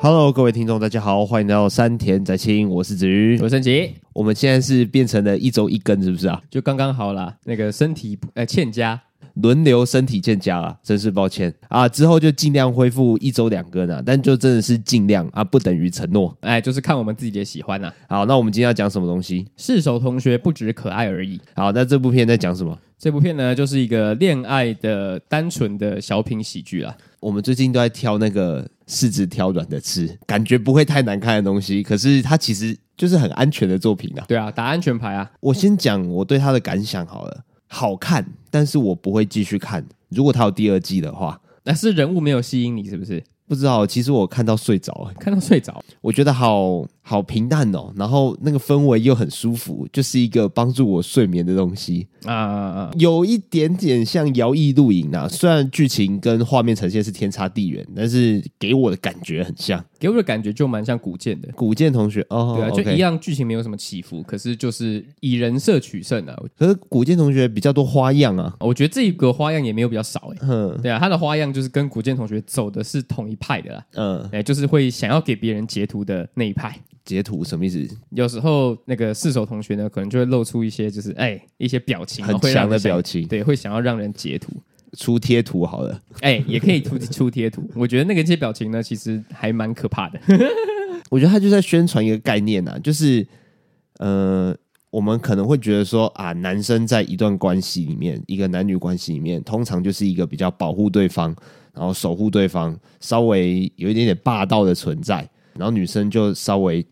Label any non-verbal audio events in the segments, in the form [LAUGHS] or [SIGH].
Hello，各位听众，大家好，欢迎来到山田宅青，我是子瑜。我升级我们现在是变成了一周一更，是不是啊？就刚刚好啦。那个身体呃欠佳，轮流身体欠佳啊，真是抱歉啊！之后就尽量恢复一周两更啊，但就真的是尽量啊，不等于承诺。哎，就是看我们自己的喜欢呐、好，那我们今天要讲什么东西？世手同学不止可爱而已。好，那这部片在讲什么？这部片呢，就是一个恋爱的单纯的小品喜剧啦。我们最近都在挑那个柿子挑软的吃，感觉不会太难看的东西，可是它其实就是很安全的作品啊。对啊，打安全牌啊。我先讲我对它的感想好了，好看，但是我不会继续看。如果它有第二季的话，那是人物没有吸引你，是不是？不知道，其实我看到睡着了，看到睡着，我觉得好好平淡哦，然后那个氛围又很舒服，就是一个帮助我睡眠的东西，啊啊有一点点像摇曳露营啊。虽然剧情跟画面呈现是天差地远，但是给我的感觉很像。给我的感觉就蛮像古剑的。古剑同学哦，对啊，就 OK 一。样剧情没有什么起伏，可是就是以人设取胜啊。可是古剑同学比较多花样啊，我觉得这一个花样也没有比较少哎、嗯对啊，他的花样就是跟古剑同学走的是同一派的啦，嗯，哎，就是会想要给别人截图的那一派。截图什么意思？有时候那个四手同学呢，可能就会露出一些就是哎、一些表情，很会强让的人想表情，对，会想要让人截图，出贴图好了。哎、 [LAUGHS] 也可以出出贴图。我觉得那个些表情呢，其实还蛮可 [LAUGHS] 怕的。我觉得他就在宣传一个概念啊，就是呃，我们可能会觉得说啊，男生在一段关系里面，一个男女关系里面，通常就是一个比较保护对方，然后守护对方，稍微有一点点霸道的存在，然后女生就稍微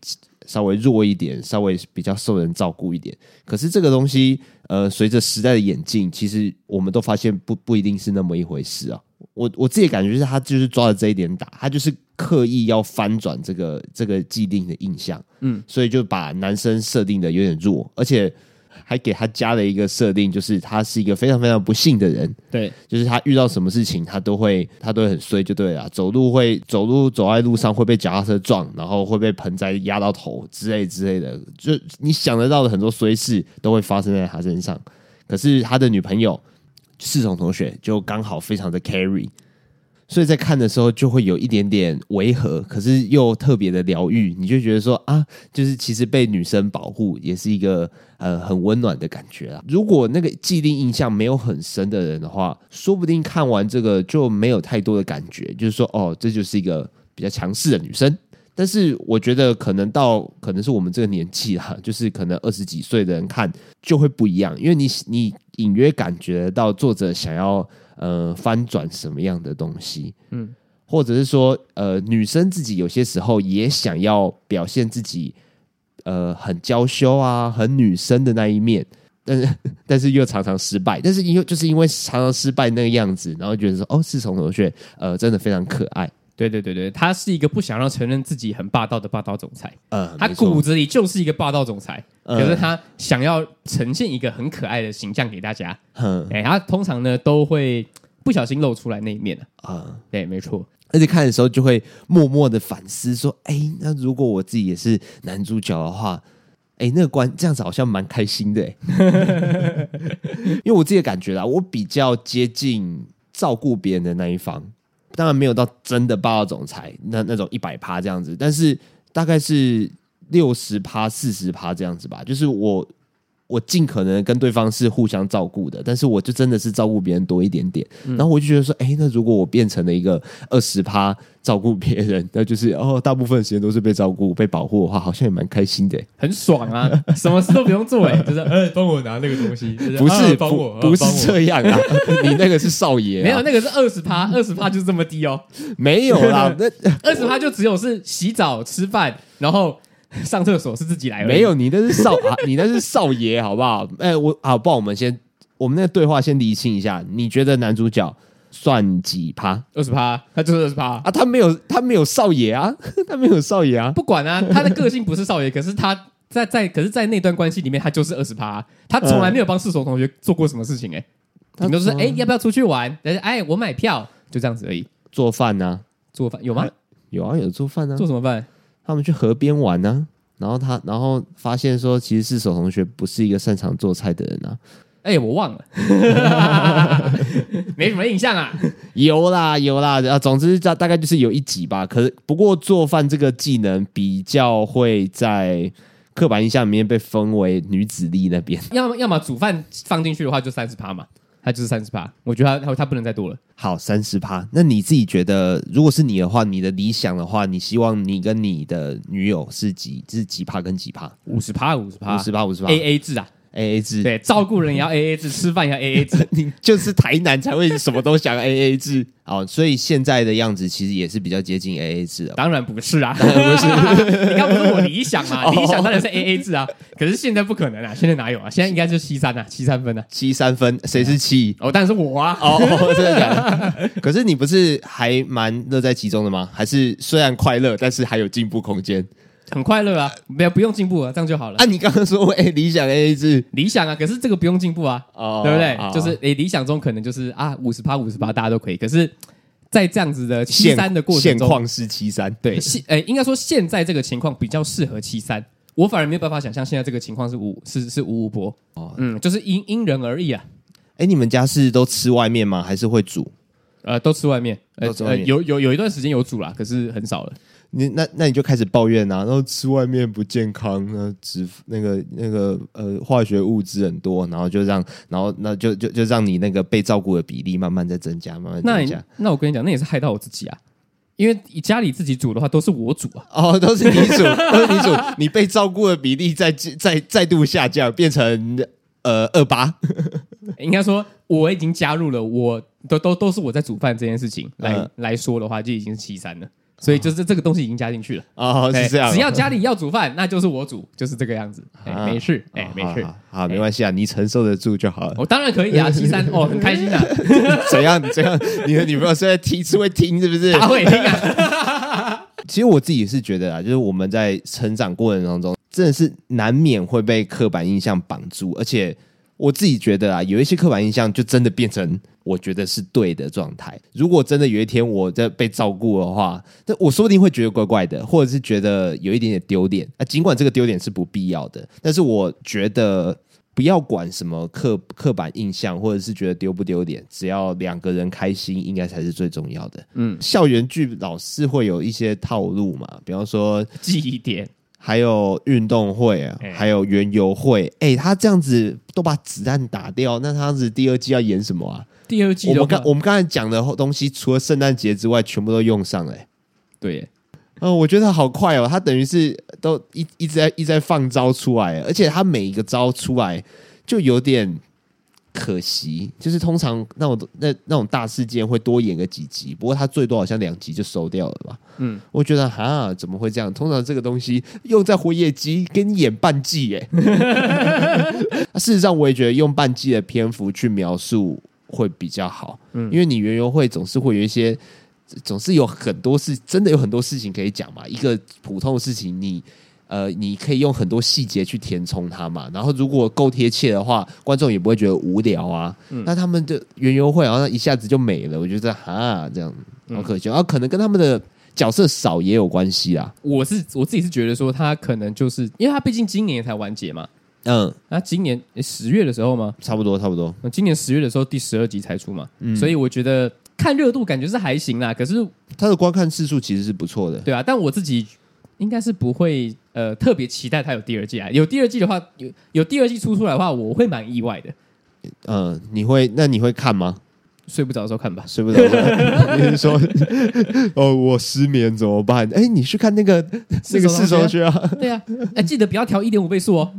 稍微弱一点，稍微比较受人照顾一点。可是这个东西，呃，随着时代的演进，其实我们都发现不不一定是那么一回事啊。我我自己的感觉是他就是抓着这一点打，他就是刻意要翻转这个这个既定的印象，嗯嗯，所以就把男生设定的有点弱，而且还给他加了一个设定，就是他是一个非常非常不幸的人，对，就是他遇到什么事情他都会他都会很衰就对了啊，走路会走路走在路上会被脚踏车撞，然后会被盆栽压到头之类之类的，就你想得到的很多衰事都会发生在他身上。可是他的女朋友四重同学就刚好非常的 carry，所以在看的时候就会有一点点违和，可是又特别的疗愈，你就觉得说啊，就是其实被女生保护也是一个呃很温暖的感觉啊。如果那个既定印象没有很深的人的话，说不定看完这个就没有太多的感觉，就是说哦，这就是一个比较强势的女生。但是我觉得可能到可能是我们这个年纪啦， [LAUGHS] 就是可能二十几岁的人看就会不一样，因为你你隐约感觉到作者想要呃翻转什么样的东西，嗯嗯，或者是说呃女生自己有些时候也想要表现自己呃很娇羞啊，很女生的那一面。但是， [LAUGHS] 但是又常常失败，但是因为就是因为常常失败那个样子，然后觉得说，哦，四重同学，呃，真的非常可爱，对对对对，他是一个不想要承认自己很霸道的霸道总裁，呃，他没错骨子里就是一个霸道总裁，嗯可是他想要呈现一个很可爱的形象给大家。哼哎、他通常呢都会不小心露出来那一面啊。啊、对，没错。而且看的时候就会默默的反思，说：“哎、那如果我自己也是男主角的话，哎、那个关这样子好像蛮开心的、欸。”因为我自己的感觉啦，我比较接近照顾别人的那一方，当然没有到真的霸道总裁那那种一百趴这样子，但是大概是六十趴、四十趴这样子吧。就是我我尽可能跟对方是互相照顾的，但是我就真的是照顾别人多一点点。嗯然后我就觉得说，哎、那如果我变成了一个二十趴照顾别人， [LAUGHS] 那就是哦，大部分时间都是被照顾、被保护的话，好像也蛮开心的。很爽 [LAUGHS] 啊，什么事都不用做哎、就是哎，帮、我拿那个东西，就是不是，啊帮、不我，不啊帮是 [LAUGHS] 我 [LAUGHS] 这样啊！你那个是少爷、啊，没有那个是二十趴，二十趴就是这么低哦，没有 [LAUGHS] 啦，那二十趴就只有是洗澡、吃饭，然后上厕所是自己来而已，没有，你那是少， [LAUGHS] 啊、你那是少爷，好不好？哎、我好，不然我们先，我们那个对话先厘清一下，你觉得男主角算几趴二十趴，他就是二十趴，啊？他没有，他没有少爷啊， [LAUGHS] 他没有少爷啊，不管啊，他的个性不是少爷，可是他在在可是，在那段关系里面，他就是二十趴，他从来没有帮世仇同学做过什么事情哎、嗯他你都是从哎、要不要出去玩？但是哎我买票，就这样子而已。做饭啊，做饭有吗？有啊，有做饭啊，做什么饭？他们去河边玩呢、然后他然后发现说，其实是手同学不是一个擅长做菜的人啊，哎、我忘了， [LAUGHS] 没什么印象啊。 [LAUGHS] 有啦有啦啊，总之大大概就是有一集吧。可是不过做饭这个技能比较会在刻板印象里面被分为女子力那边。 [LAUGHS] 要么要么煮饭放进去的话就三十趴嘛，它就是三十趴。我觉得它它它不能再多了。好，三十趴。那你自己觉得，如果是你的话，你的理想的话，你希望你跟你的女友是几是几趴跟几趴？五十趴，五十趴五十趴，五十趴 A A 制啊， A A 制。对，照顾人也要 A A 制，吃饭也要 A A [LAUGHS] 制。你 [LAUGHS] 就是台南才会什么都想 A A 制。好，所以现在的样子其实也是比较接近 A A 制的。当然不是 [LAUGHS] 啊，不是，你刚不是我理想嘛？理想当然是 A A 制啊，可是现在不可能啊，现在哪有啊？现在应该就七三啊，七三分啊。七三分，谁是七？哦，当然是我啊， [LAUGHS] 哦，哦真的假的？可是你不是还蛮乐在其中的吗？还是虽然快乐，但是还有进步空间？很快乐啊，没有不用进步啊，这样就好了。啊，你刚刚说 [LAUGHS] 哎、理想 A A 制，理想啊，可是这个不用进步啊，哦对不对？哦就是诶，理想中可能就是啊，五十趴五十趴大家都可以，可是，在这样子的七现三的过程现中，况是七三，对，现诶，应该说现在这个情况比较适合七三，我反而没有办法想象现在这个情况是五是是五五波，哦嗯，就是因因人而异啊，哎、你们家是都吃外面吗？还是会煮？呃，都吃外面，呃都吃外呃，面有有有一段时间有煮啦，可是很少了，你那那你就开始抱怨啊，然后吃外面不健康，那脂那个那个呃化学物质很多，然后就让然后那就就就让你那个被照顾的比例慢慢在增加，慢慢那增你加。那我跟你讲，那也是害到我自己啊，因为家里自己煮的话都是我煮啊，哦，都是你主，都 [LAUGHS] 是你主，你被照顾的比例再再再度下降，变成呃二八。应该说我已经加入了我，都都都是我在煮饭这件事情来、嗯来说的话，就已经是七三了。所以就是这个东西已经加进去了，哦，对是这样哦。只要家里要煮饭，那就是我煮，就是这个样子。哎、啊没事，哎、哦没好事，好好，没关系啊，你承受得住就好了。我、当然可以啊，七三哦，很开心 [LAUGHS] 啊，怎样？你怎样？你的女朋友是在听，是会听，是不是？大会听啊，其实我自己是觉得啊，就是我们在成长过程当中，真的是难免会被刻板印象绑住，而且我自己觉得啊，有一些刻板印象就真的变成我觉得是对的状态。如果真的有一天我在被照顾的话，那我说不定会觉得怪怪的，或者是觉得有一点点丢脸啊。尽管这个丢脸是不必要的，但是我觉得。不要管什么刻刻板印象，或者是觉得丢不丢脸，只要两个人开心，应该才是最重要的。校园剧老是会有一些套路嘛，比方说记忆点，还有运动会啊哎，还有园游会。哎、他这样子都把子弹打掉，那他这样子第二季要演什么啊？第二季我的们话刚，我们刚才讲的东西，除了圣诞节之外，全部都用上了、哎对耶，嗯，我觉得好快哦，他等于是都一一直在一直在放招出来，而且他每一个招出来就有点可惜，就是通常那种那那种大事件会多演个几集，不过他最多好像两集就收掉了吧？嗯嗯，我觉得哈怎么会这样？通常这个东西用在活野鸡跟你演半季耶， [LAUGHS] 事实上我也觉得用半季的篇幅去描述会比较好，嗯，因为你园游会总是会有一些。总是有很多事，真的有很多事情可以讲嘛。一个普通的事情你，呃，你可以用很多细节去填充它嘛。然后如果够贴切的话，观众也不会觉得无聊啊。那他们的原游会好像一下子就没了，我觉得哈这样好可惜。然、后、啊可能跟他们的角色少也有关系啊啦。我是我自己是觉得说，他可能就是因为他毕竟今年才完结嘛，嗯，那今年诶十月的时候吗？差不多差不多。那今年十月的时候第十二集才出嘛，嗯所以我觉得看热度感觉是还行啦。可是他的观看次数其实是不错的。对啊，但我自己应该是不会呃特别期待它有第二季啊。有第二季的话，有有第二季出出来的话，我会蛮意外的。嗯，你会那你会看吗？睡不着的时候看吧。睡不 [LAUGHS] 着，你是说哦我失眠怎么办？哎，你去看那个那个四周区啊。对啊，哎、记得不要调一点五倍 [LAUGHS] 速哦。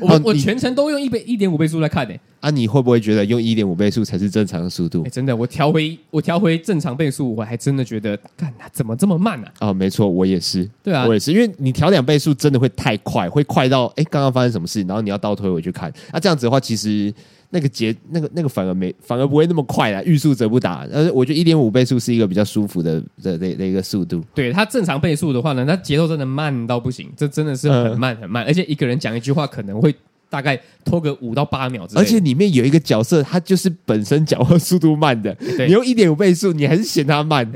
我、哦我你全程都用一倍一点五倍速来看呢、啊，你会不会觉得用一点五倍速才是正常的速度哎、？真的，我调回我调回正常倍速，我还真的觉得，干、啊、怎么这么慢啊？啊，没错，我也是，对啊我，也是，因为你调两倍速真的会太快，会快到哎，诶刚刚发生什么事，然后你要倒推回去看。那、这样子的话，其实那个节那个那个反而没反而不会那么快啦，欲速则不达。而且我觉得一点五倍速是一个比较舒服的的的的一个速度。对它正常倍速的话呢，它节奏真的慢到不行，这真的是嗯很慢很慢，而且一个人讲一句话可能会大概拖个五到八秒之类而的。且里面有一个角色，他就是本身讲话速度慢的，对你用一点五倍速，你还是嫌他 [LAUGHS] 慢。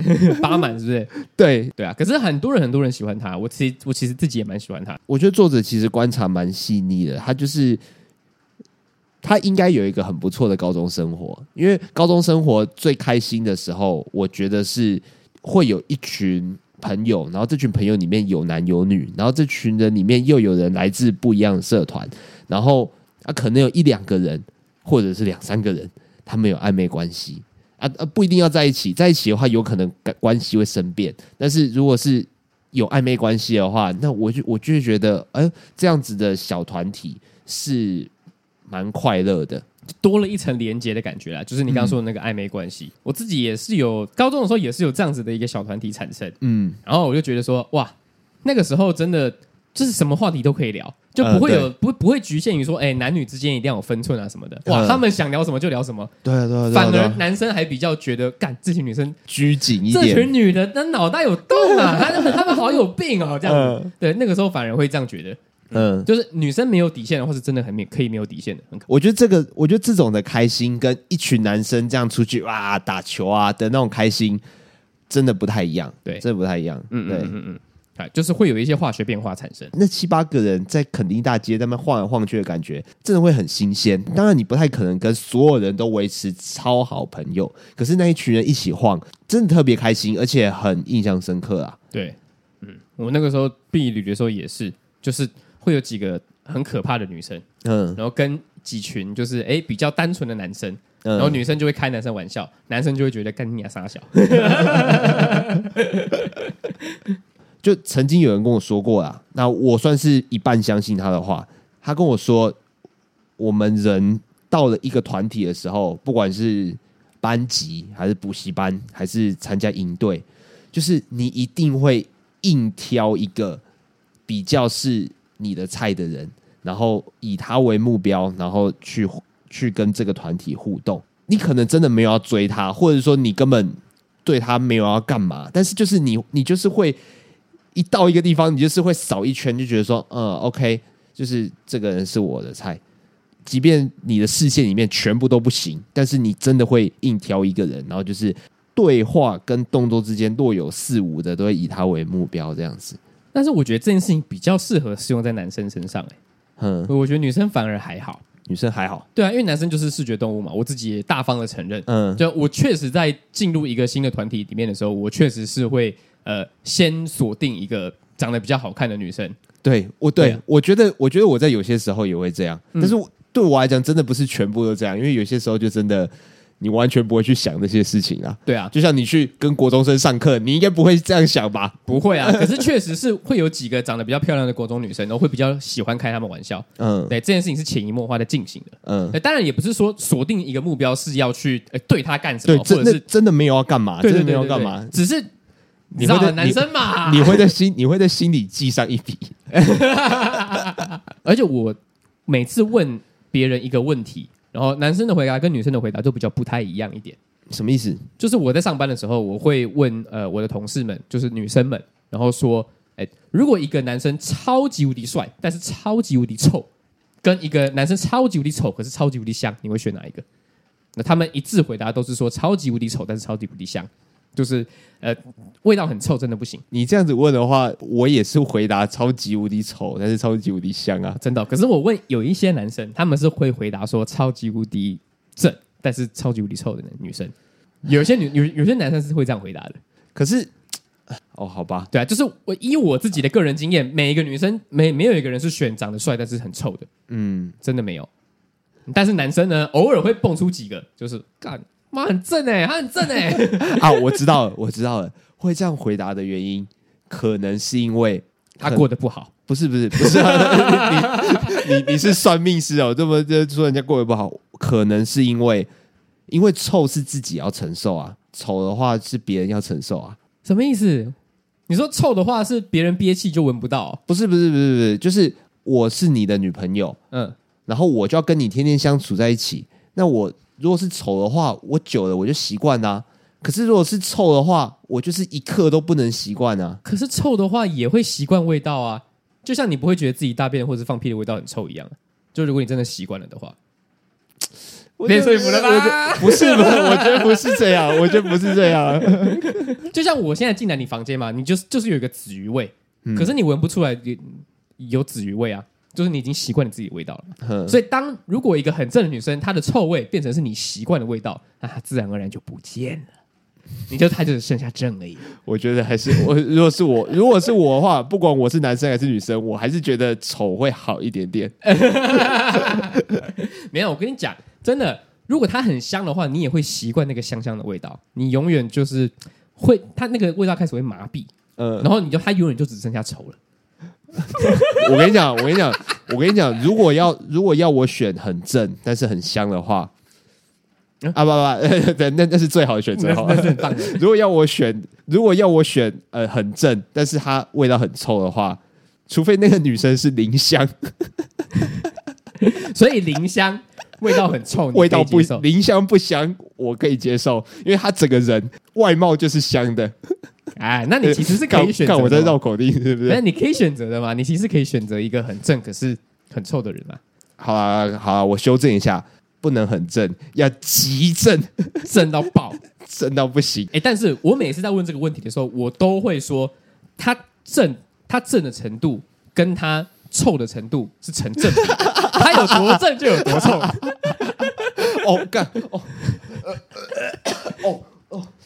八满是不是？对，对啊，可是很多人很多人喜欢他，我其实我其实自己也蛮喜欢他。我觉得作者其实观察蛮细腻的，他就是他应该有一个很不错的高中生活，因为高中生活最开心的时候，我觉得是会有一群朋友，然后这群朋友里面有男有女，然后这群人里面又有人来自不一样的社团，然后啊，可能有一两个人或者是两三个人，他们有暧昧关系啊啊，不一定要在一起，在一起的话有可能感关系会生变，但是如果是有暧昧关系的话，那我就我就会觉得，哎、这样子的小团体是蛮快乐的。多了一层连接的感觉啦，就是你刚刚说的那个暧昧关嗯系。我自己也是有高中的时候也是有这样子的一个小团体产生，嗯，然后我就觉得说，哇，那个时候真的就是什么话题都可以聊，就不会呃有、不不会局限于说，哎、男女之间一定要有分寸啊什么的。哇，呃他们想聊什么就聊什么，对啊，对啊反而男生还比较觉得，干这群女生，拘谨一这点。群女的那脑袋有洞啊，他们他们好有病 [LAUGHS] 哦，这样子。对，那个时候反而会这样觉得，嗯，就是女生没有底线的话，是真的很没可以没有底线的，很可我觉得这个，我觉得这种的开心，跟一群男生这样出去哇打球啊的那种开心，真的不太一样。对真的不太一样。嗯嗯，对。嗯嗯嗯嗯，啊，就是会有一些化学变化产生。那七八个人在垦丁大街那边晃来晃去的感觉，真的会很新鲜。当然，你不太可能跟所有人都维持超好朋友，可是那一群人一起晃，真的特别开心，而且很印象深刻啊。对，嗯，我那个时候避旅的时候也是，就是会有几个很可怕的女生，嗯然后跟几群就是哎比较单纯的男生，嗯，然后女生就会开男生玩笑，男生就会觉得干你啊傻小，就曾经有人跟我说过啦，那我算是一半相信他的话。他跟我说，我们人到了一个团体的时候，不管是班级还是补习班，还是参加营队，就是你一定会硬挑一个比较是你的菜的人，然后以他为目标，然后去去跟这个团体互动。你可能真的没有要追他，或者说你根本对他没有要干嘛，但是就是你，你就是会一到一个地方，你就是会扫一圈，就觉得说，嗯，OK，就是这个人是我的菜。即便你的视线里面全部都不行，但是你真的会硬挑一个人，然后就是对话跟动作之间若有似无的，都会以他为目标这样子。但是我觉得这件事情比较适合适用在男生身上、哎，嗯，我觉得女生反而还好。女生还好，对啊，因为男生就是视觉动物嘛，我自己也大方的承认，嗯就我确实在进入一个新的团体里面的时候，我确实是会呃先锁定一个长得比较好看的女生，对我对对嗯啊我觉得，我觉得我在有些时候也会这样，但是我对我来讲，真的不是全部都这样，因为有些时候就真的你完全不会去想这些事情啊。对啊，就像你去跟国中生上课，你应该不会这样想吧？不 [LAUGHS] 会啊，可是确实是会有几个长得比较漂亮的国中女生，然后会比较喜欢开她们玩笑。嗯对，这件事情是潜移默化在进行的。嗯，呃当然也不是说锁定一个目标是要去呃对她干什对啊么，，或真者的是真的没有要干嘛，对真的没对对有要对干对嘛，只是你你知道会啊在男生嘛，你会在心你会在心里记上一笔。 [LAUGHS] 而且我每次问别人一个问题，然后男生的回答跟女生的回答都比较不太一样一点。什么意思？就是我在上班的时候，我会问呃我的同事们，就是女生们，然后说，哎，如果一个男生超级无敌帅，但是超级无敌臭，跟一个男生超级无敌丑，可是超级无敌香，你会选哪一个？那他们一致回答都是说超级无敌丑，但是超级无敌香，就是呃味道很臭，真的不行，你这样子问的话，我也是回答超级无敌丑，但是超级无敌香啊。真的哦、可是我问有一些男生，他们是会回答说超级无敌正，但是超级无敌臭的女生，有一些女有有些男生是会这样回答的。可是，哦，好吧，对啊，就是我依我自己的个人经验，每一个女生没没有一个人是选长得帅但是很臭的，嗯，真的没有。但是男生呢，偶尔会蹦出几个，就是干妈很正哎、他很正哎、 [LAUGHS] 啊，我知道了，我知道了，会这样回答的原因，可能是因为他过得不好。不是不是不是、啊， [LAUGHS] 你你你是算命师哦，这么就说人家过得不好，可能是因为因为臭是自己要承受啊，丑的话是别人要承受啊。什么意思？你说臭的话是别人憋气就闻不到哦、不是不是不是不是，就是我是你的女朋友，嗯，然后我就要跟你天天相处在一起。那我如果是丑的话，我久了我就习惯啦、可是如果是臭的话，我就是一刻都不能习惯啊。可是臭的话也会习惯味道啊，就像你不会觉得自己大便或者是放屁的味道很臭一样。啊就如果你真的习惯了的话，被说服了吧我就不是不是，我觉得不是这样，我觉得不是这样。 [LAUGHS] 就像我现在进来你嗯房间嘛，你就是就是有一个子鱼味，可是你闻不出来有有子鱼味啊。就是你已经习惯你自己的味道了。哼所以当如果一个很正的女生，她的臭味变成是你习惯的味道，那她自然而然就不见了。你就她就只剩下正而已。我觉得还是 [LAUGHS] 我，如果是我，如果是我的话，不管我是男生还是女生，我还是觉得丑会好一点点。没有，我跟你讲，真的，如果它很香的话，你也会习惯那个香香的味道。你永远就是会，它那个味道开始会麻痹，嗯，然后你就它永远就只剩下臭了。我跟你讲，我跟你讲，我跟你讲，如果要如果要我选很正但是很香的话，嗯啊不不， [LAUGHS] 对，那那是最好的选择好那了。是很棒的。如果要我选，如果要我选，呃，很正，但是它味道很臭的话，除非那个女生是林香，嗯所以林香味道很臭，你味道可以不接受林香不香，我可以接受，因为她整个人外貌就是香的。哎，那你其实是可看以选择看的嘛。我在绕口令是不那是？你可以选择的嘛？你其实可以选择一个很正可是很臭的人嘛，好啊好啊，我修正一下，不能很正，要极正，正到爆。 [LAUGHS] 正到不行。 [LAUGHS] 哎、但是我每次在问这个问题的时候，我都会说，他正他正的程度跟他臭的程度是成正比的，他有多正就有多臭。哦干哦，呃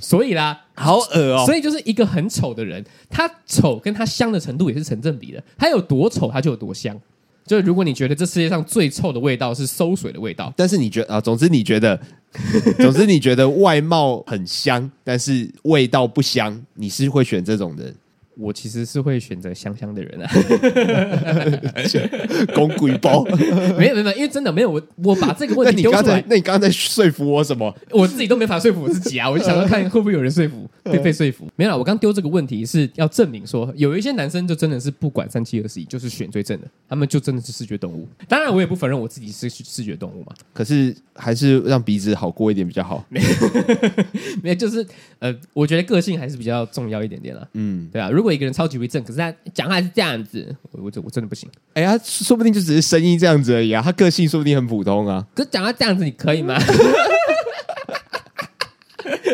所以啦，好恶哦。所以就是一个很丑的人，他丑跟他香的程度也是成正比的，他有多丑他就有多香。就是如果你觉得这世界上最臭的味道是馊水的味道，但是你觉得啊，总之你觉得， [LAUGHS] 总之你觉得外貌很香，但是味道不香，你是会选这种 [LAUGHS] 的我其实是会选择香香的人啊。公鬼包。 [LAUGHS] 没有没有，没有因为真的没有我，我把这个那问题你丢刚出才来，，那你刚才说服我什么？我自己都没法说服我自己啊！我就想说看会不会有人说服，啊被被说服。没有啦，我刚丢这个问题是要证明说，有一些男生就真的是不管三七二十一，就是选最正的，他们就真的是视觉动物。当然，我也不否认我自己是视觉动物嘛，可是还是让鼻子好过一点比较好。没有，就是呃，我觉得个性还是比较重要一点点啦。嗯，对啊，如果一个人超级不正，可是他讲话还是这样子，我我真我真的不行。哎呀，说不定就只是声音这样子而已啊，他个性说不定很普通啊。可是讲话这样子，你可以吗？嗯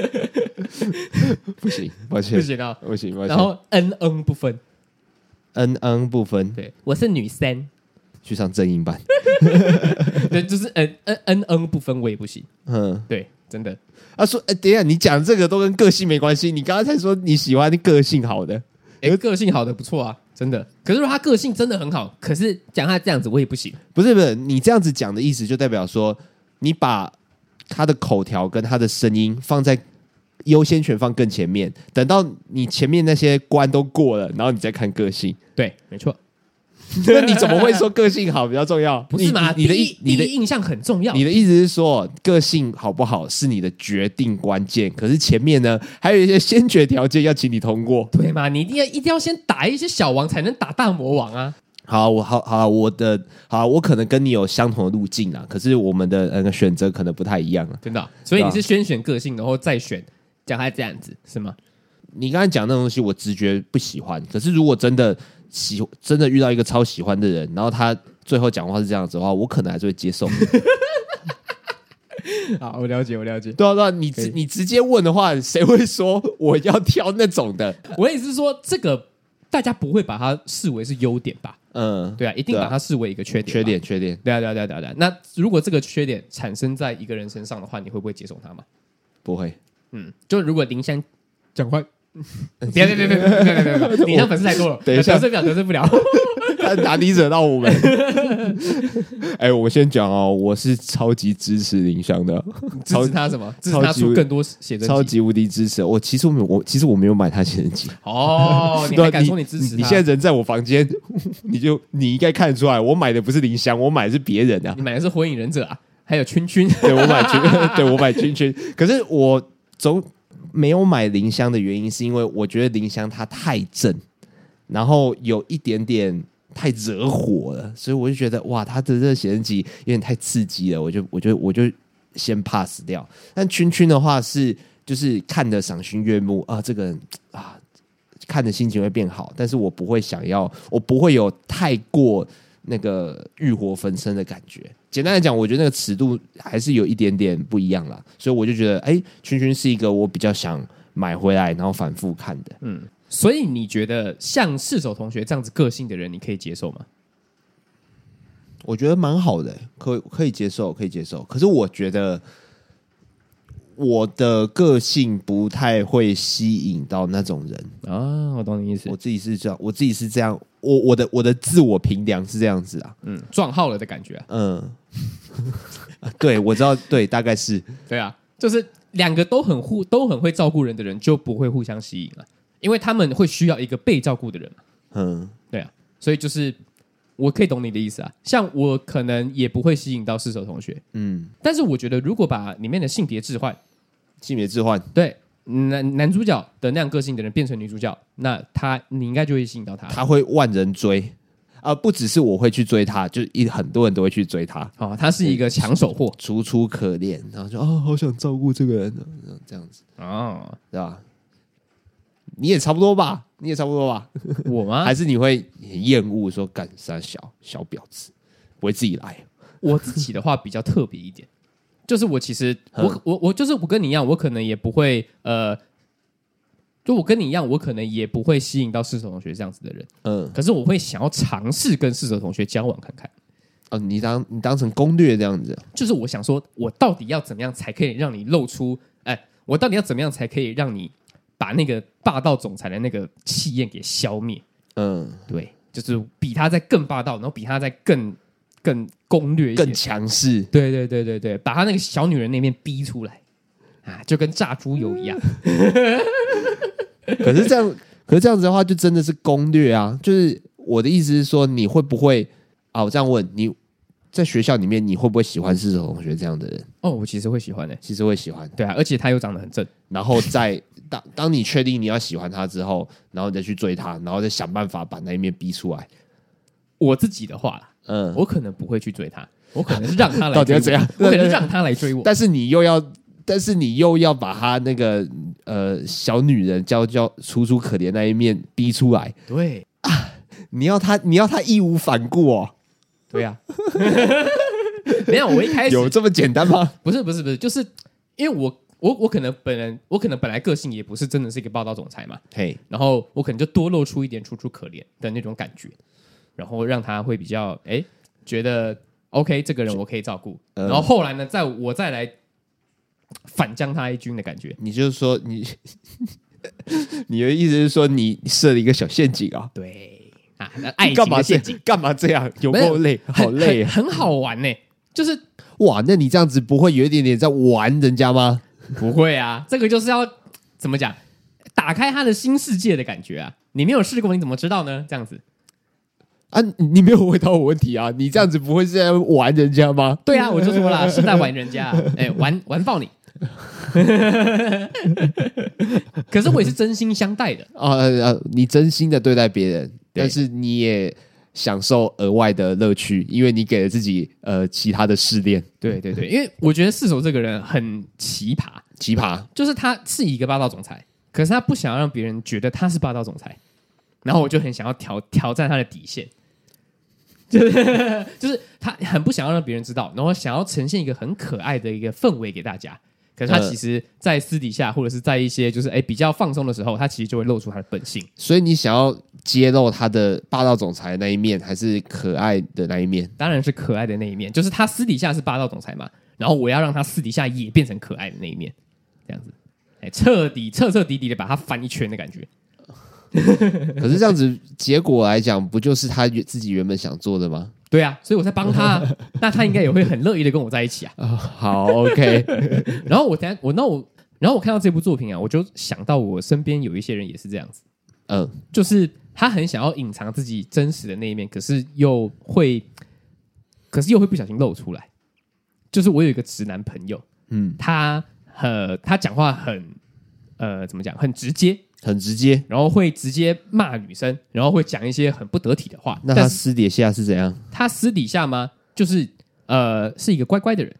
[LAUGHS] 不行，抱不歉，行啊。不行，抱然歉。后嗯嗯不分，嗯嗯不分，对我是女生，去上正音 [LAUGHS] 班。对，就是嗯嗯嗯嗯不分，我也不行。嗯，对，真的。啊说，哎，等一下，你讲这个都跟个性没关系。你刚刚才说你喜欢个性好的，哎、个性好的不错啊，真的。可是如果他个性真的很好，可是讲他这样子我也不行。不是不是，你这样子讲的意思就代表说，你把他的口条跟他的声音放在优先权放更前面，等到你前面那些关都过了，然后你再看个性。 [LAUGHS] 对，没错，那你怎么会说个性好比较重要？不是嘛？你你你的第意一你第一的。印象很重要你。的意思是说，个性好不好是你的决定关键，可是前面呢，还有一些先决条件要请你通过。对嘛？你一定要一定要先打一些小王，才能打大魔王啊！好，我好好，我的好，我可能跟你有相同的路径啊，可是我们的呃选择可能不太一样啊。真的啊、所以对啊你是先选个性，然后再选讲他这样子 [LAUGHS] 是吗？你刚才讲那种东西，我直觉不喜欢。可是如果真的喜，真的遇到一个超喜欢的人，然后他最后讲话是这样子的话，我可能还是会接 [LAUGHS] 受。好，我了解，我了解。对啊，对啊，你直可以你直接问的话，谁会说我要挑那种的？我也是说，这个大家不会把它视为是优点吧？嗯，对啊，一定对啊把它视为一个缺点。缺。点，缺点，对啊，对啊，对啊，对啊。对啊那如果这个缺点产生在一个人身上的话，你会不会接受他嘛？不会。嗯，就如果林湘讲话，别别别别别别别别，林湘粉丝太多了，等一下得罪不了，得罪不了。他哪里惹到我们？ [LAUGHS] 哎、我先讲哦，我是超级支持林湘的，支超持他什么？支持超级他出更多写真集超级无敌支持。我其实我没有，我其实我没有买他写真集。哦，你对啊还敢说你支持他？你？你现在人在我房间， [LAUGHS] 你就你应该看得出来，我买的不是林香，我买的是别人啊你。买的是火影忍者啊，还有圈圈。对我买君， [LAUGHS] 对我买君君。可是我总没有买林香的原因，是因为我觉得林香她太正，然后有一点点太惹火了，所以我就觉得哇，她的这个写真集有点太刺激了，我就我就我就先 pass 掉。但君君的话是就是看得赏心悦目啊，这个人啊。看的心情会变好，但是我不会想要，我不会有太过那个欲火焚身的感觉。简单来讲，我觉得那个尺度还是有一点点不一样啦，所以我就觉得，哎、圈圈是一个我比较想买回来然后反复看的。所以你觉得像世手同学这样子个性的人，你可以接受吗？我觉得蛮好的、可可以接受，可以接受。可是我觉得我的个性不太会吸引到那种人，啊，我懂你意思我，自己是这样，我自己是这样，我我的我的自我评量是这样子啊，嗯，撞号了的感觉、啊，嗯， [LAUGHS] 对，我知道，对，大概是对啊，就是两个都很互都很会照顾人的人就不会互相吸引了，因为他们会需要一个被照顾的人嘛，嗯对啊，所以就是我可以懂你的意思啊，像我可能也不会吸引到射手同学，嗯，但是我觉得如果把里面的性别置换，性别置换，对男男主角的那样个性的人变成女主角，那他你应该就会吸引到他。他会万人追啊、不只是我会去追他，就是一很多人都会去追他，好、哦他是一个抢手货楚楚可怜，然后就啊、好想照顾这个人啊，这样子，哦，对吧？你也差不多吧，你也差不多吧，我吗还？是你会很厌恶说干啥小小婊子，不会自己来，我自己的话比较特别一点，就是我其实我我我就是我跟你一样，我可能也不会呃，就我跟你一样，我可能也不会吸引到射手同学这样子的人，嗯，可是我会想要尝试跟射手同学交往看看，哦，你当你当成攻略这样子，就是我想说我到底要怎么样才可以让你露出，哎，我到底要怎么样才可以让你把那个霸道总裁的那个气焰给消灭？嗯，对，就是比他在更霸道，然后比他在更更攻略一点更强势，对对对对对，把他那个小女人那面逼出来啊，就跟炸猪油一样。 [LAUGHS] 可是这样，可是这样子的话，就真的是攻略啊。就是我的意思是说，你会不会啊？我这样问你，在学校里面你会不会喜欢射手同学这样的人？哦，我其实会喜欢的、其实会喜欢。对啊，而且他又长得很正，然后在当当你确定你要喜欢他之后，然后你再去追他，然后再想办法把那一面逼出来。我自己的话啦，嗯，我可能不会去追他，我可能是 [LAUGHS] 让他来追到我底要怎样我可能是让他来追我。但是你又要，但是你又要把他那个呃小女人娇娇楚楚可怜那一面逼出来。 [LAUGHS] 对你要他，你要他义无反顾哦，对啊，没有，我一开始有这么简单吗？不是不是不是，就是因为我我我可能本人我可能本来个性也不是真的是一个霸道总裁嘛，嘿，然后我可能就多露出一点楚楚可怜的那种感觉，然后让他会比较哎觉得 OK，这个人我可以照顾。嗯然后后来呢，在我再来反将他一军的感觉，你就是说你， [LAUGHS] 你的意思是说你设了一个小陷阱啊？对啊，那爱情干嘛的这陷样阱，干嘛这样？有没有够累，好累啊很很好玩呢、就是哇！那你这样子不会有一点点在玩人家吗？不会啊，这个就是要怎么讲，打开他的新世界的感觉啊！你没有试过，你怎么知道呢？这样子，啊，你你没有回答我问题啊！你这样子不会是在玩人家吗？对啊，我就 [LAUGHS] 说啦，是在玩人家啊，哎、玩玩爆你。 [LAUGHS] 可是我也是真心相待的，啊呃呃，你真心的对待别人，对但是你也享受额外的乐趣，因为你给了自己呃其他的试炼。对对对，因为我觉得四手这个人很奇葩，奇葩，就是他是一个霸道总裁，可是他不想让别人觉得他是霸道总裁，然后我就很想要挑挑战他的底线， [LAUGHS] 就是就是他很不想要让别人知道，然后想要呈现一个很可爱的一个氛围给大家。可是他嗯其实，在私底下或者是在一些就是哎比较放松的时候，他其实就会露出他的本性。所以你想要揭露他的霸道总裁的那一面，还是可爱的那一面？当然是可爱的那一面，就是他私底下是霸道总裁嘛，然后我要让他私底下也变成可爱的那一面，这样子，哎，彻底彻彻底底的把他翻一圈的感觉。 [LAUGHS] 可是这样子结果来讲，不就是他原自己原本想做的 [LAUGHS] 吗？对啊，所以我在帮他 [LAUGHS] 啊，那他应该也会很乐意的跟我在一起啊。啊、好，OK，然后我等下我那我，然后我看到这部作品啊，我就想到我身边有一些人也是这样子， [LAUGHS] 嗯，就是他很想要隐藏自己真实的那一面，可是又会，可是又会不小心露出来。就是我有一个直男朋友，嗯，他呃，他讲话很呃，怎么讲，很直接，很直接。然后会直接骂女生，然后会讲一些很不得体的话。那但他是私底下是怎样？他私底下吗，就是呃，是一个乖乖的人。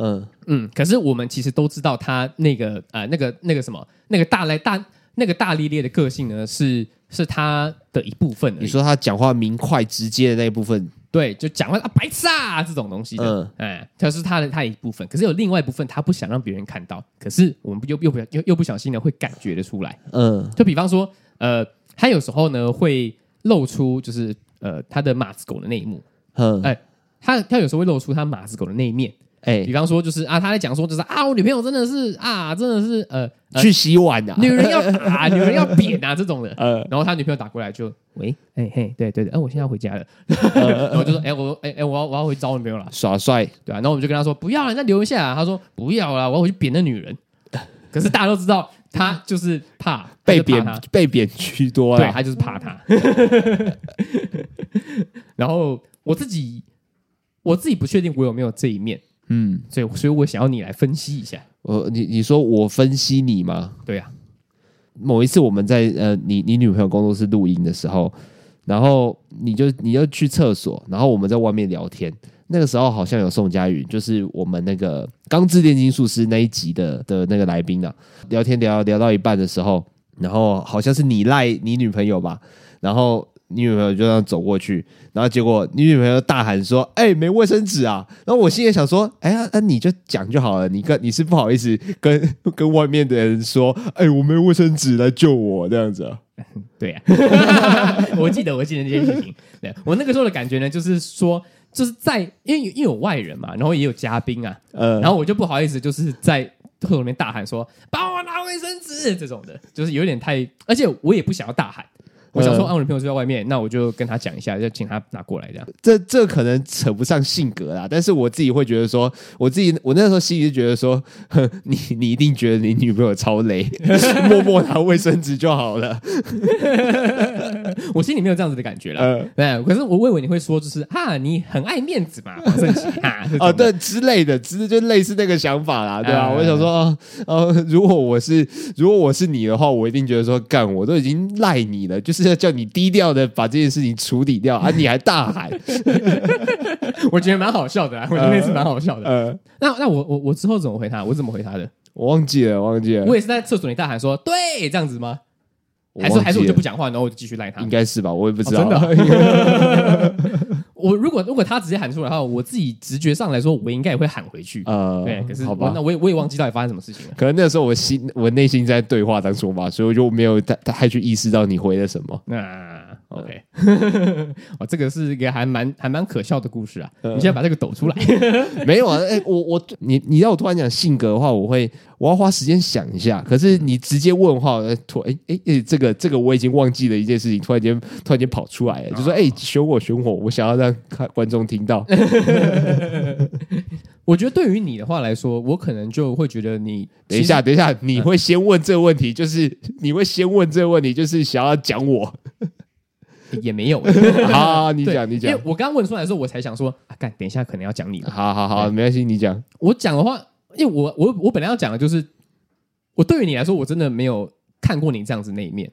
嗯，嗯，可是我们其实都知道他那个呃那个那个什么那个大来大那个大咧咧的个性呢，是是他的一部分而你已。说他讲话明快直接的那一部分，对，就讲话啊白痴啊这种东西的，嗯哎、他是他的他的一部分。可是有另外一部分，他不想让别人看到，可是我们又又不又又不小心的会感觉得出来。嗯就比方说，呃，他有时候呢会露出就是呃他的马子狗的那一幕，嗯哎他他有时候会露出他马子狗的那一面，哎、比方说就是啊，他在讲说就是啊，我女朋友真的是啊，真的是呃，呃去洗碗啊， [LAUGHS] 女人要打，女人要扁啊这种的。呃，然后他女朋友打过来就喂，哎嘿，对对对，哎、我现在要回家了， [LAUGHS] 然后就说哎、我哎哎、我要我要回找我女朋友了，耍帅，对啊，然后我们就跟他说不要了，那留一下啊、他说不要啦，我要回去扁那 [LAUGHS] 女人。可是大家都知道，他就是怕被他就怕贬他被贬居多对了他。就是怕 [LAUGHS] 他。然后我自己我自己不确定我有没有这一面，嗯，所以所以我想要你来分析一下。我你你说我分析你吗？对啊，某一次我们在呃你你女朋友工作室录音的时候，然后你就你就去厕所，然后我们在外面聊天。那个时候好像有宋佳宇，就是我们那个《钢之炼金术师》那一集的的那个来宾啊，聊天聊聊到一半的时候，然后好像是你赖你女朋友吧，然后你女朋友就这样走过去，然后结果你女朋友大喊说：“哎、没卫生纸啊！”然后我心里想说：“哎呀，那、你就讲就好了，你跟你 [LAUGHS] 是不好意思跟 [LAUGHS] 跟外面的人说，哎、我没有卫生纸来救我这样子啊。对啊， [LAUGHS] 我记得我记得这件事情。对我那个时候的感觉呢，就是说就是在因为因为有外人嘛，然后也有嘉宾啊，”呃，然后我就不好意思，就是在厕所里面大喊说：“帮我拿卫生纸！”这种的，就是有点太，而且我也不想要大喊，我想说，嗯啊，我女朋友就在外面，那我就跟她讲一下，就请她拿过来这样。这这可能扯不上性格啦，但是我自己会觉得说，我自己我那时候心里就觉得说， [LAUGHS] 哼，你你一定觉得你女朋友超累， [LAUGHS] 默默拿卫生纸就好了。我心里没有这样子的感觉了。呃，对，可是我以为你会说，就是啊，你很爱面子 [LAUGHS] 嘛，黄圣琪啊，这种的哦，对，之类的，之就类似那个想法啦，对吧、哎我想说，哦，哦，如果我是如果我是你的话，我一定觉得说，干，我都已经赖你了， [LAUGHS] 就是要叫你低调的把这件事情处理掉 [LAUGHS] 啊，你还大喊，我觉得蛮好笑的、啊，我觉得那次蛮好笑的。呃，那那我我我之后怎么回他？我怎么回他的？我忘记了，忘记了，我也是在厕所里大喊说“对”这样子吗？我还是忘记还是我就了不讲话，然后我就继续赖他应？该是吧，我也不知道，哦真的 [LAUGHS] [LAUGHS] 我如果如果他直接喊出来的话，我自己直觉上来说，我应该也会喊回去。呃，对，可是好我吧那。我也我也忘记到底发生什么事 [LAUGHS] 情了。可能那时候我心我内心在对话当中吧，所以我就没有太太去意识到你回了什么。那 OK，哦，这个是一个还蛮还蛮可笑的故事啊！呃你现在把这个抖 [LAUGHS] 出来， [LAUGHS] 没有啊，哎、我我你你要我突然讲性格的话，我会我要花时间想一下。可是你直接问的话，呃突哎哎哎，这个这个我已经忘记了一件事情，突然间突然间跑出啊来了，就说哎、选我选我，我想要让看观众听 [LAUGHS] 到。我觉得对于你的话来说，我可能就会觉得你等一下，等一下，你会先问这个问题， [LAUGHS] 就是你会先问这个问题，就是想要讲我其实也没有。欸好， [LAUGHS] 你对讲你因讲为，我刚刚问出来的时候，我才想说啊，干，等一下可能要讲你了。好好好，没关系，你讲。我讲的话，因为我我我本来要讲的就是，我对于你来说，我真的没有看过你这样子那一面，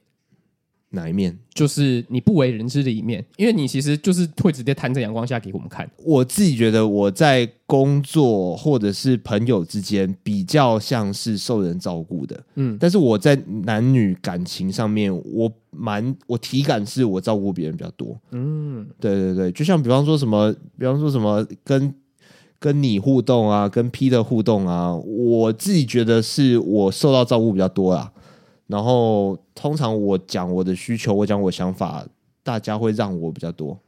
哪一面？就是你不为人知的一面，因为你其实就是会直接摊在阳光下给我们看。我自己觉得我在工作或者是朋友之间比较像是受人照顾的，嗯但是我在男女感情上面，我蛮我体感是我照顾别人比较多。嗯，对对对，就像比方说什么，比方说什么跟跟你互动啊，跟 Peter 互动啊，我自己觉得是我受到照顾比较多啦。然后通常我讲我的需求，我讲我想法，大家会让我比较多，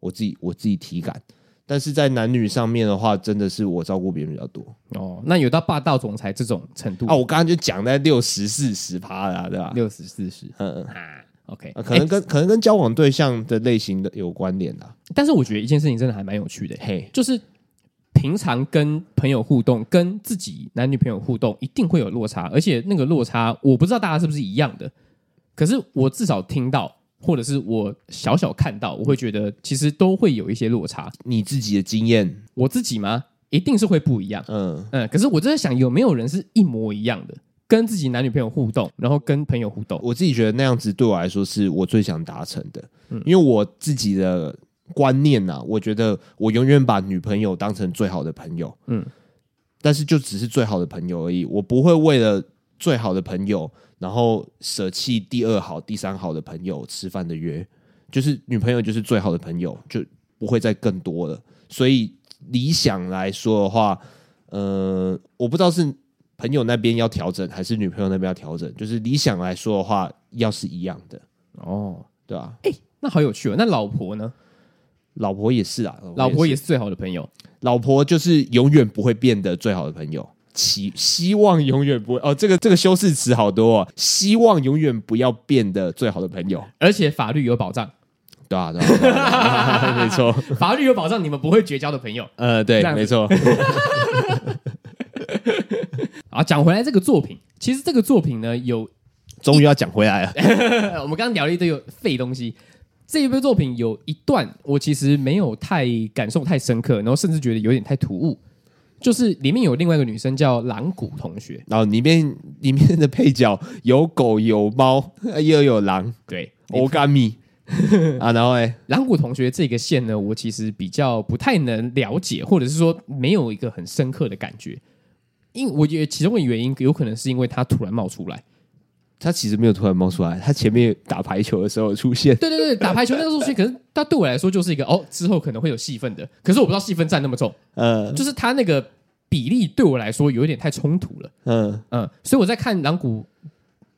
我自己我自己体感。但是在男女上面的话，真的是我照顾别人比较多哦，那有到霸道总裁这种程度啊！我刚刚就讲在六十四十趴啦，对吧？六十四十嗯嗯。啊，OK，、啊，可能欸跟、可能跟交往对象的类型的有关联啦。但是我觉得一件事情真的还蛮有趣的，嘿，就是平常跟朋友互动，跟自己男女朋友互动，一定会有落差，而且那个落差，我不知道大家是不是一样的，可是我至少听到，或者是我小小看到，我会觉得其实都会有一些落差。你自己的经验，我自己吗？一定是会不一样。嗯，嗯，可是我就在想，有没有人是一模一样的，跟自己男女朋友互动，然后跟朋友互动？我自己觉得那样子对我来说是我最想达成的，因为我自己的观念呐、我觉得我永远把女朋友当成最好的朋友，嗯嗯，但是就只是最好的朋友而已，我不会为了最好的朋友，然后舍弃第二好、第三好的朋友吃饭的约，就是女朋友就是最好的朋友，就不会再更多了。所以理想来说的话，呃，我不知道是朋友那边要调整，还是女朋友那边要调整。就是理想来说的话，要是一样的，哦，对吧、那好有趣哦。那老婆呢？老婆也是啊，老婆也也是最好的朋友。老婆就是永远不会变得最好的朋友。期希望永远不会哦，这个这个修饰词好多、哦，希望永远不要变得最好的朋友，而且法律有保障，对啊，对啊，对啊没错，法律有保障，你们不会绝交的朋友 [LAUGHS] 呃，对这，样子没错，啊。讲回来，这个作品，其实这个作品呢，有呃终于要讲回来了，我们刚刚聊了一堆有废东西。这一部作品有一段我其实没有太感受太深刻，然后甚至觉得有点太突兀。就是里面有另外一个女生叫狼谷同学， [LAUGHS] 然后里面里面的配角有狗有猫又有狼，对欧甘米啊，然后哎，狼谷同学这个线呢，我其实比较不太能了解，或者是说没有一个很深刻的感觉。因我觉得其中的原因有可能是因为它突然冒出来，他其实没有突然冒出来，他前面打排球的时候有出现， [LAUGHS] 对对 [LAUGHS] 对，打排球那个时候去，可是它对我来说就是一个哦，之后可能会有戏份的，可是我不知道戏份占那么重，呃就是它那个比例对我来说有一点太冲突了，嗯，嗯，所以我在看狼谷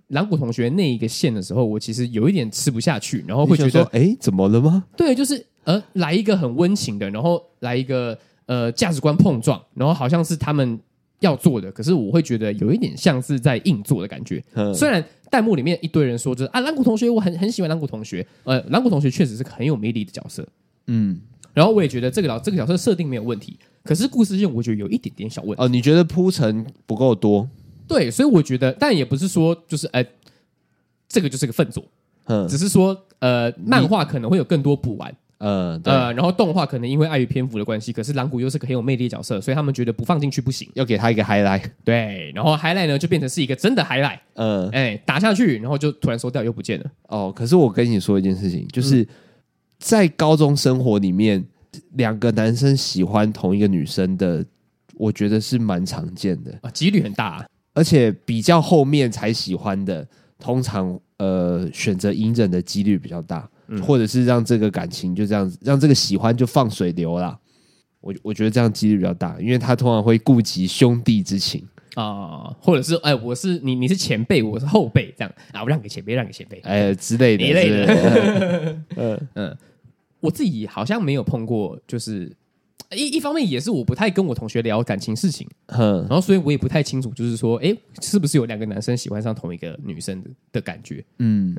狼谷同学那一个线的时候，我其实有一点吃不下去，然后会觉你想得说哎，怎么了吗？对，就是呃，来一个很温情的，然后来一个呃价值观碰撞，然后好像是他们要做的，可是我会觉得有一点像是在硬做的 [LAUGHS] 感觉。嗯虽然弹幕里面一堆人说就是啊，蓝谷同学，我很很喜欢蓝谷同学，呃，蓝谷同学确实是个很有魅力的角色，嗯，然后我也觉得这个老这个角色设定没有问题，可是故事线我觉得有一点点小问题。哦，你觉得铺陈不够多？对，所以我觉得，但也不是说就是哎、呃这个就是个分左，嗯只是说呃，漫画可能会有更多补完。呃，对，呃，然后动画可能因为碍于篇幅的关系，可是狼谷又是个很有魅力的角色，所以他们觉得不放进去不行。要给他一个 highlight。对，然后 highlight 呢就变成是一个真的 highlight，嗯，哎，打下去，然后就突然收掉又不见了。哦，可是我跟你说一件事情，就是在高中生活里面，两个男生喜欢同一个女生的，我觉得是蛮常见的，啊，几率很大、啊。而且比较后面才喜欢的，通常呃选择隐忍的几率比较大，或者是让这个感情就这样子，让这个喜欢就放水流啦。我我觉得这样几率比较大，因为他通常会顾及兄弟之情。啊、或者是哎，我是你，你是前辈，我是后辈，这样啊，我让给前辈，让给前辈。哎之类的一类的之 [LAUGHS] 的 [LAUGHS] 嗯我自己好像没有碰过，就是一一方面也是我不太跟我同学聊感情事情，嗯然后所以我也不太清楚，就是说，哎，是不是有两个男生喜欢上同一个女生的的感觉？嗯，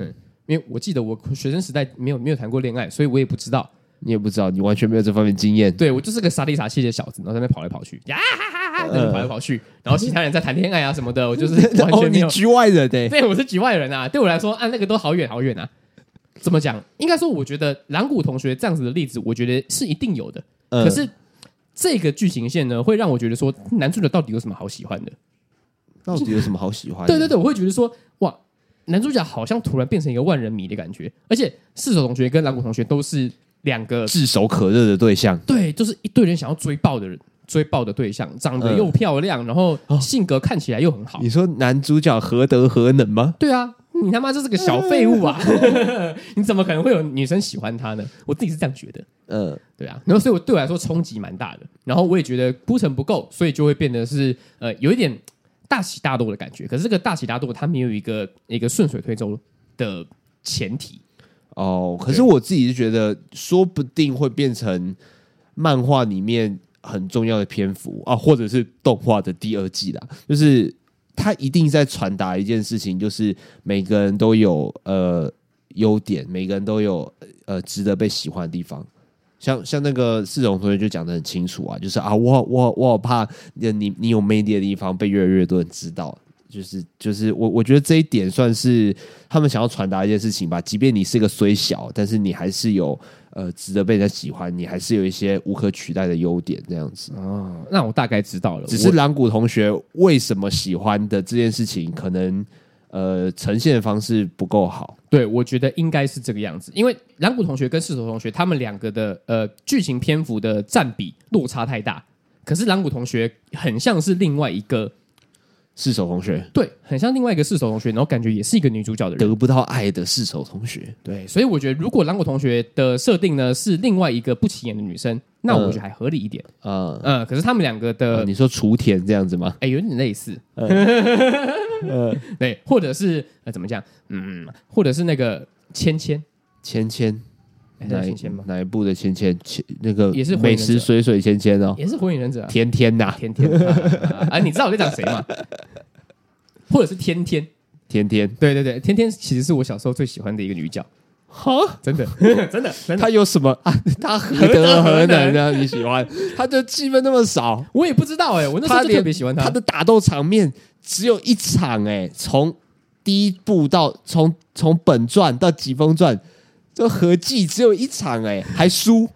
因为我记得我学生时代没有没有谈过恋爱，所以我也不知道。你也不知道，你完全没有这方面经 [LAUGHS] 验。对我就是个傻里傻气的小子，然后在那边跑来跑去，呀哈哈哈，在那边跑来跑去，然后其他人在谈恋爱啊什么的，[LAUGHS] 我就是完哦，全没呃你有。局外人哎、对，我是局外人啊，对我来说，啊，那个都好远好远啊。怎么讲？应该说，我觉得蓝谷同学这样子的例子，我觉得是一定有的。嗯可是这个剧情线呢，会让我觉得说，男主角到底有什么好喜欢的？到底有什么好喜欢的？对对对，我会觉得说，哇，男主角好像突然变成一个万人迷的感觉。而且四手同学跟蓝谷同学都是两个炙手可热的对象，对，就是一堆人想要追爆的人，追爆的对象，长得嗯又漂亮，然后性格看起来又很好。你说男主角何德何能吗？对啊，你他妈就是个小废物 [LAUGHS] 啊！你怎么可能会有女生喜欢他呢？我自己是这样觉得。嗯，对啊，然后所以我对我来说冲击蛮大的，然后我也觉得铺陈不够，所以就会变得是呃有一点大起大落的感觉。可是这个大起大落，它没有一个一个顺水推舟的前提。哦，可是我自己是觉得，说不定会变成漫画里面很重要的篇幅啊，或者是动画的第二季啦，就是他一定在传达一件事情，就是每个人都有呃优点，每个人都有呃值得被喜欢的地方。像像那个四种同学就讲的很清楚啊，就是啊，我我我好怕你你你有魅力的地方被越来越多人知道，就是就是我我觉得这一点算是他们想要传达一件事情吧。即便你是个虽小，但是你还是有呃值得被人家喜欢，你还是有一些无可取代的优点这样子。哦，那我大概知道了。只是蓝谷同学为什么喜欢的这件事情，可能呃呈现的方式不够好。对，我觉得应该是这个样子，因为蓝谷同学跟世仇同学他们两个的呃剧情篇幅的占比落差太大，可是蓝谷同学很像是另外一个，四手同学对，很像另外一个世仇同学，然后感觉也是一个女主角的人，得不到爱的四手同学，对，所以我觉得如果蓝谷同学的设定呢是另外一个不起眼的女生，那嗯我觉得还合理一点，呃，嗯、可是他们两个的呃你说雏田这样子吗？哎，有点类似，对，呃或者是呃怎么讲，嗯，或者是那个芊芊，芊芊，哎哪一还是芊芊吗？哪一部的芊芊？芊那个也是火影美忍者食水水芊芊哦，也是火影忍者啊，天天呐，天天啊，啊你知道我在讲谁吗？或者是天天？天天，对对对，天天其实是我小时候最喜欢的一个女角，哈，真的， [LAUGHS] 真的，真的。他有什么 [LAUGHS] 啊？他何德何何德能何让你喜欢？ [LAUGHS] 他的戏份那么少，我也不知道哎、我那时候他就连特别喜欢她。他的打斗场面只有一场哎、从第一部到从从本传到疾风传，这合计只有一场哎、还输。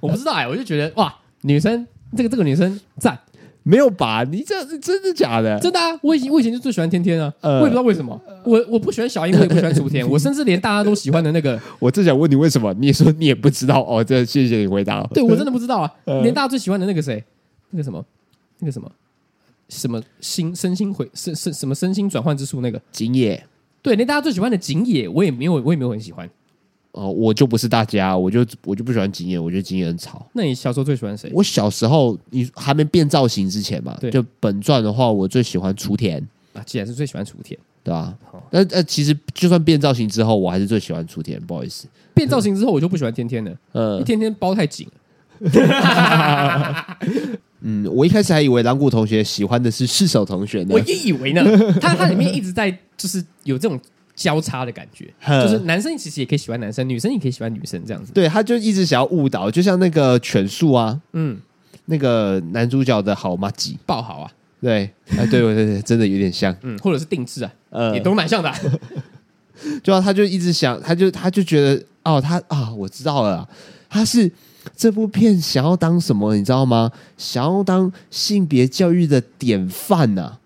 我不知道哎、我就觉得哇，女生这个这个女生赞，没有吧？你这是真的假的？ [LAUGHS] 真的啊！我以前我以前就最喜欢天天啊，呃我也不知道为什么，我我不喜欢小樱，我也不喜欢 [LAUGHS] 雏田，我甚至连大家都喜欢的那个，我正想问你为什么，你也说你也不知道哦。这谢谢你回答哦。对我真的不知道啊，呃连大家最喜欢的那个谁，那个什么，那个什么，什么心身心回身身什么身心转换之术那个，景野对，连大家最喜欢的景野，我也没有我也没有很喜欢。哦，我就不是大家，我就我就不喜欢景野，我觉得景野很吵。那你小时候最喜欢谁？我小时候你还没变造型之前嘛，对就本传的话，我最喜欢雏田，啊，既然是最喜欢雏田，对吧好？那那其实就算变造型之后，我还是最喜欢雏田，不好意思。变造型之后我就不喜欢天天了，呃一，天天包太紧了。嗯，我一开始还以为蓝谷同学喜欢的是世手同学呢我。也以 [LAUGHS] 为呢，它它里面一直在就是有这种交叉的感觉，呵就是男生其实也可以喜欢男生，女生也可以喜欢女生这样子。对，他就一直想要误导，就像那个犬树啊，嗯，那个男主角的好妈吉，爆好啊，对，啊，对，对对，真的有点像，嗯，或者是定制啊，呃也，都蛮像 [LAUGHS] 的啊、就啊他就一直想，他就他就觉得，哦，他啊，我知道了啊，他是这部片想要当什么，你知道吗？想要当性别教育的典范呐、啊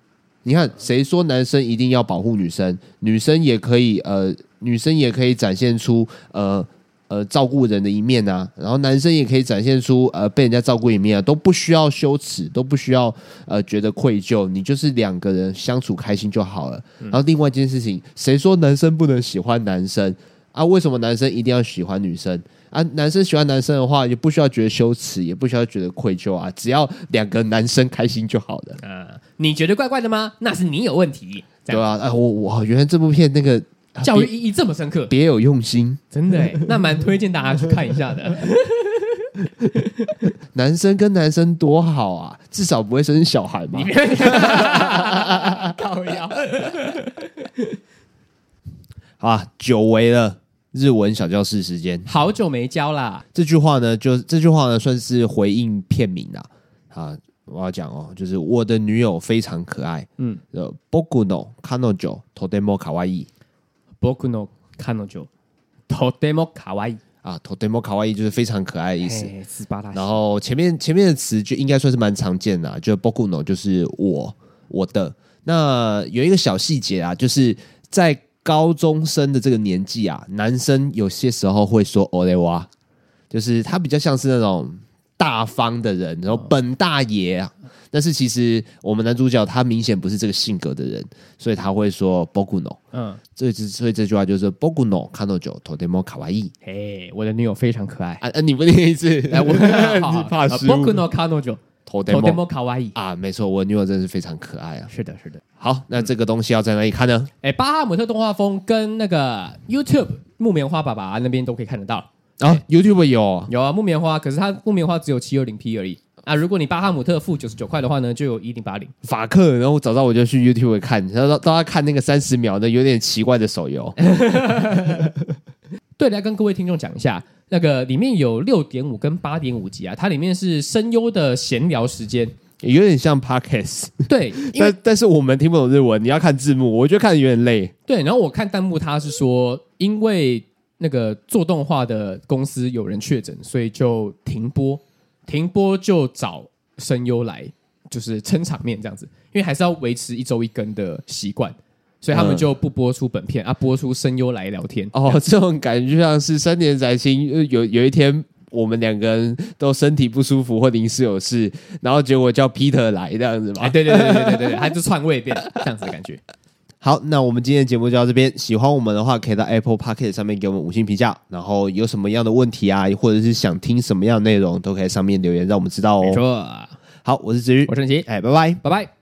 你看，谁说男生一定要保护女生？女生也可以，呃，女生也可以展现出，呃。呃，照顾人的一面啊，然后男生也可以展现出呃被人家照顾一面啊，都不需要羞耻，都不需要呃觉得愧疚，你就是两个人相处开心就好了。嗯然后另外一件事情，谁说男生不能喜欢男生啊？为什么男生一定要喜欢女生啊？男生喜欢男生的话，也不需要觉得羞耻，也不需要觉得愧疚啊，只要两个男生开心就好了。呃你觉得怪怪的吗？那是你有问题。这对样啊，啊，我我原来这部片那个啊 [LAUGHS] 教育别意义这么深刻，别有用心，真的欸，那蛮推荐大家去看一下 [LAUGHS] 的。男生跟男生多好啊，至少不会生小孩嘛 [LAUGHS] 你。别靠腰，好啊，久违了日文小教室时间。好久没交啦。这句话呢，就这句话呢，算是回应片名啦。啊，我要讲哦，就是我的女友非常可爱。嗯嗯，呃，僕の彼女とても可愛い僕の彼女とても可愛い啊，とても可愛い就是非常可爱的意思。嘿斯巴达西然后前面前面的词就应该算是蛮常见的、啊，就 b o k u no 就是我我的。那有一个小细节啊，就是在高中生的这个年纪啊，男生有些时候会说 o l e wa，就是他比较像是那种大方的人，然后本大爷啊。但是其实我们男主角他明显不是这个性格的人，所以他会说 b o k u no。嗯，这所以这句话就是 b o k u no kanojo todemo kawaii。嘿，我的女友非常可爱。啊啊！你不念一次，啊 [LAUGHS] 来，我你 [LAUGHS] 怕失误。僕の彼女とて todemo も可愛い。啊，没错，我女友真的是非常可爱啊。是的，是的。好，那这个东西要在哪里看呢？哎，巴哈姆特动画风跟那个 YouTube 木棉花爸爸那边都可以看得到。啊，YouTube 有有啊，木棉花，可是它木棉花只有七二零 P 而已啊。如果你巴哈姆特付九十九块的话呢，就有一零八零。法克，然后我早上我就去 YouTube 看，然后到他看那个三十秒的有点奇怪的手 [LAUGHS] 游。对，来跟各位听众讲一下，那个里面有六点五跟八点五集啊，它里面是声优的闲聊时间。有点像 podcast，对，因为但但是我们听不懂日文，你要看字幕，我觉得看得有点累。对，然后我看弹幕，他是说因为那个做动画的公司有人确诊，所以就停播，停播就找声优来，就是撑场面这样子，因为还是要维持一周一更的习惯，所以他们嗯就不播出本片、啊，播出声优来聊天。哦， [LAUGHS] 这种感觉就像是三年宅青，呃有有一天我们两个人都身体不舒服或临时有事，然后结果叫 Peter 来这样子哎，嘛。对对对对对对对，他就篡位变这样子的感觉。好，那我们今天的节目就到这边。喜欢我们的话，可以到 Apple p o c k e t 上面给我们五星评价。然后有什么样的问题啊，或者是想听什么样的内容，都可以在上面留言让我们知道没哦。错，好，我是子瑜我，是陈奇，哎，拜拜。拜拜。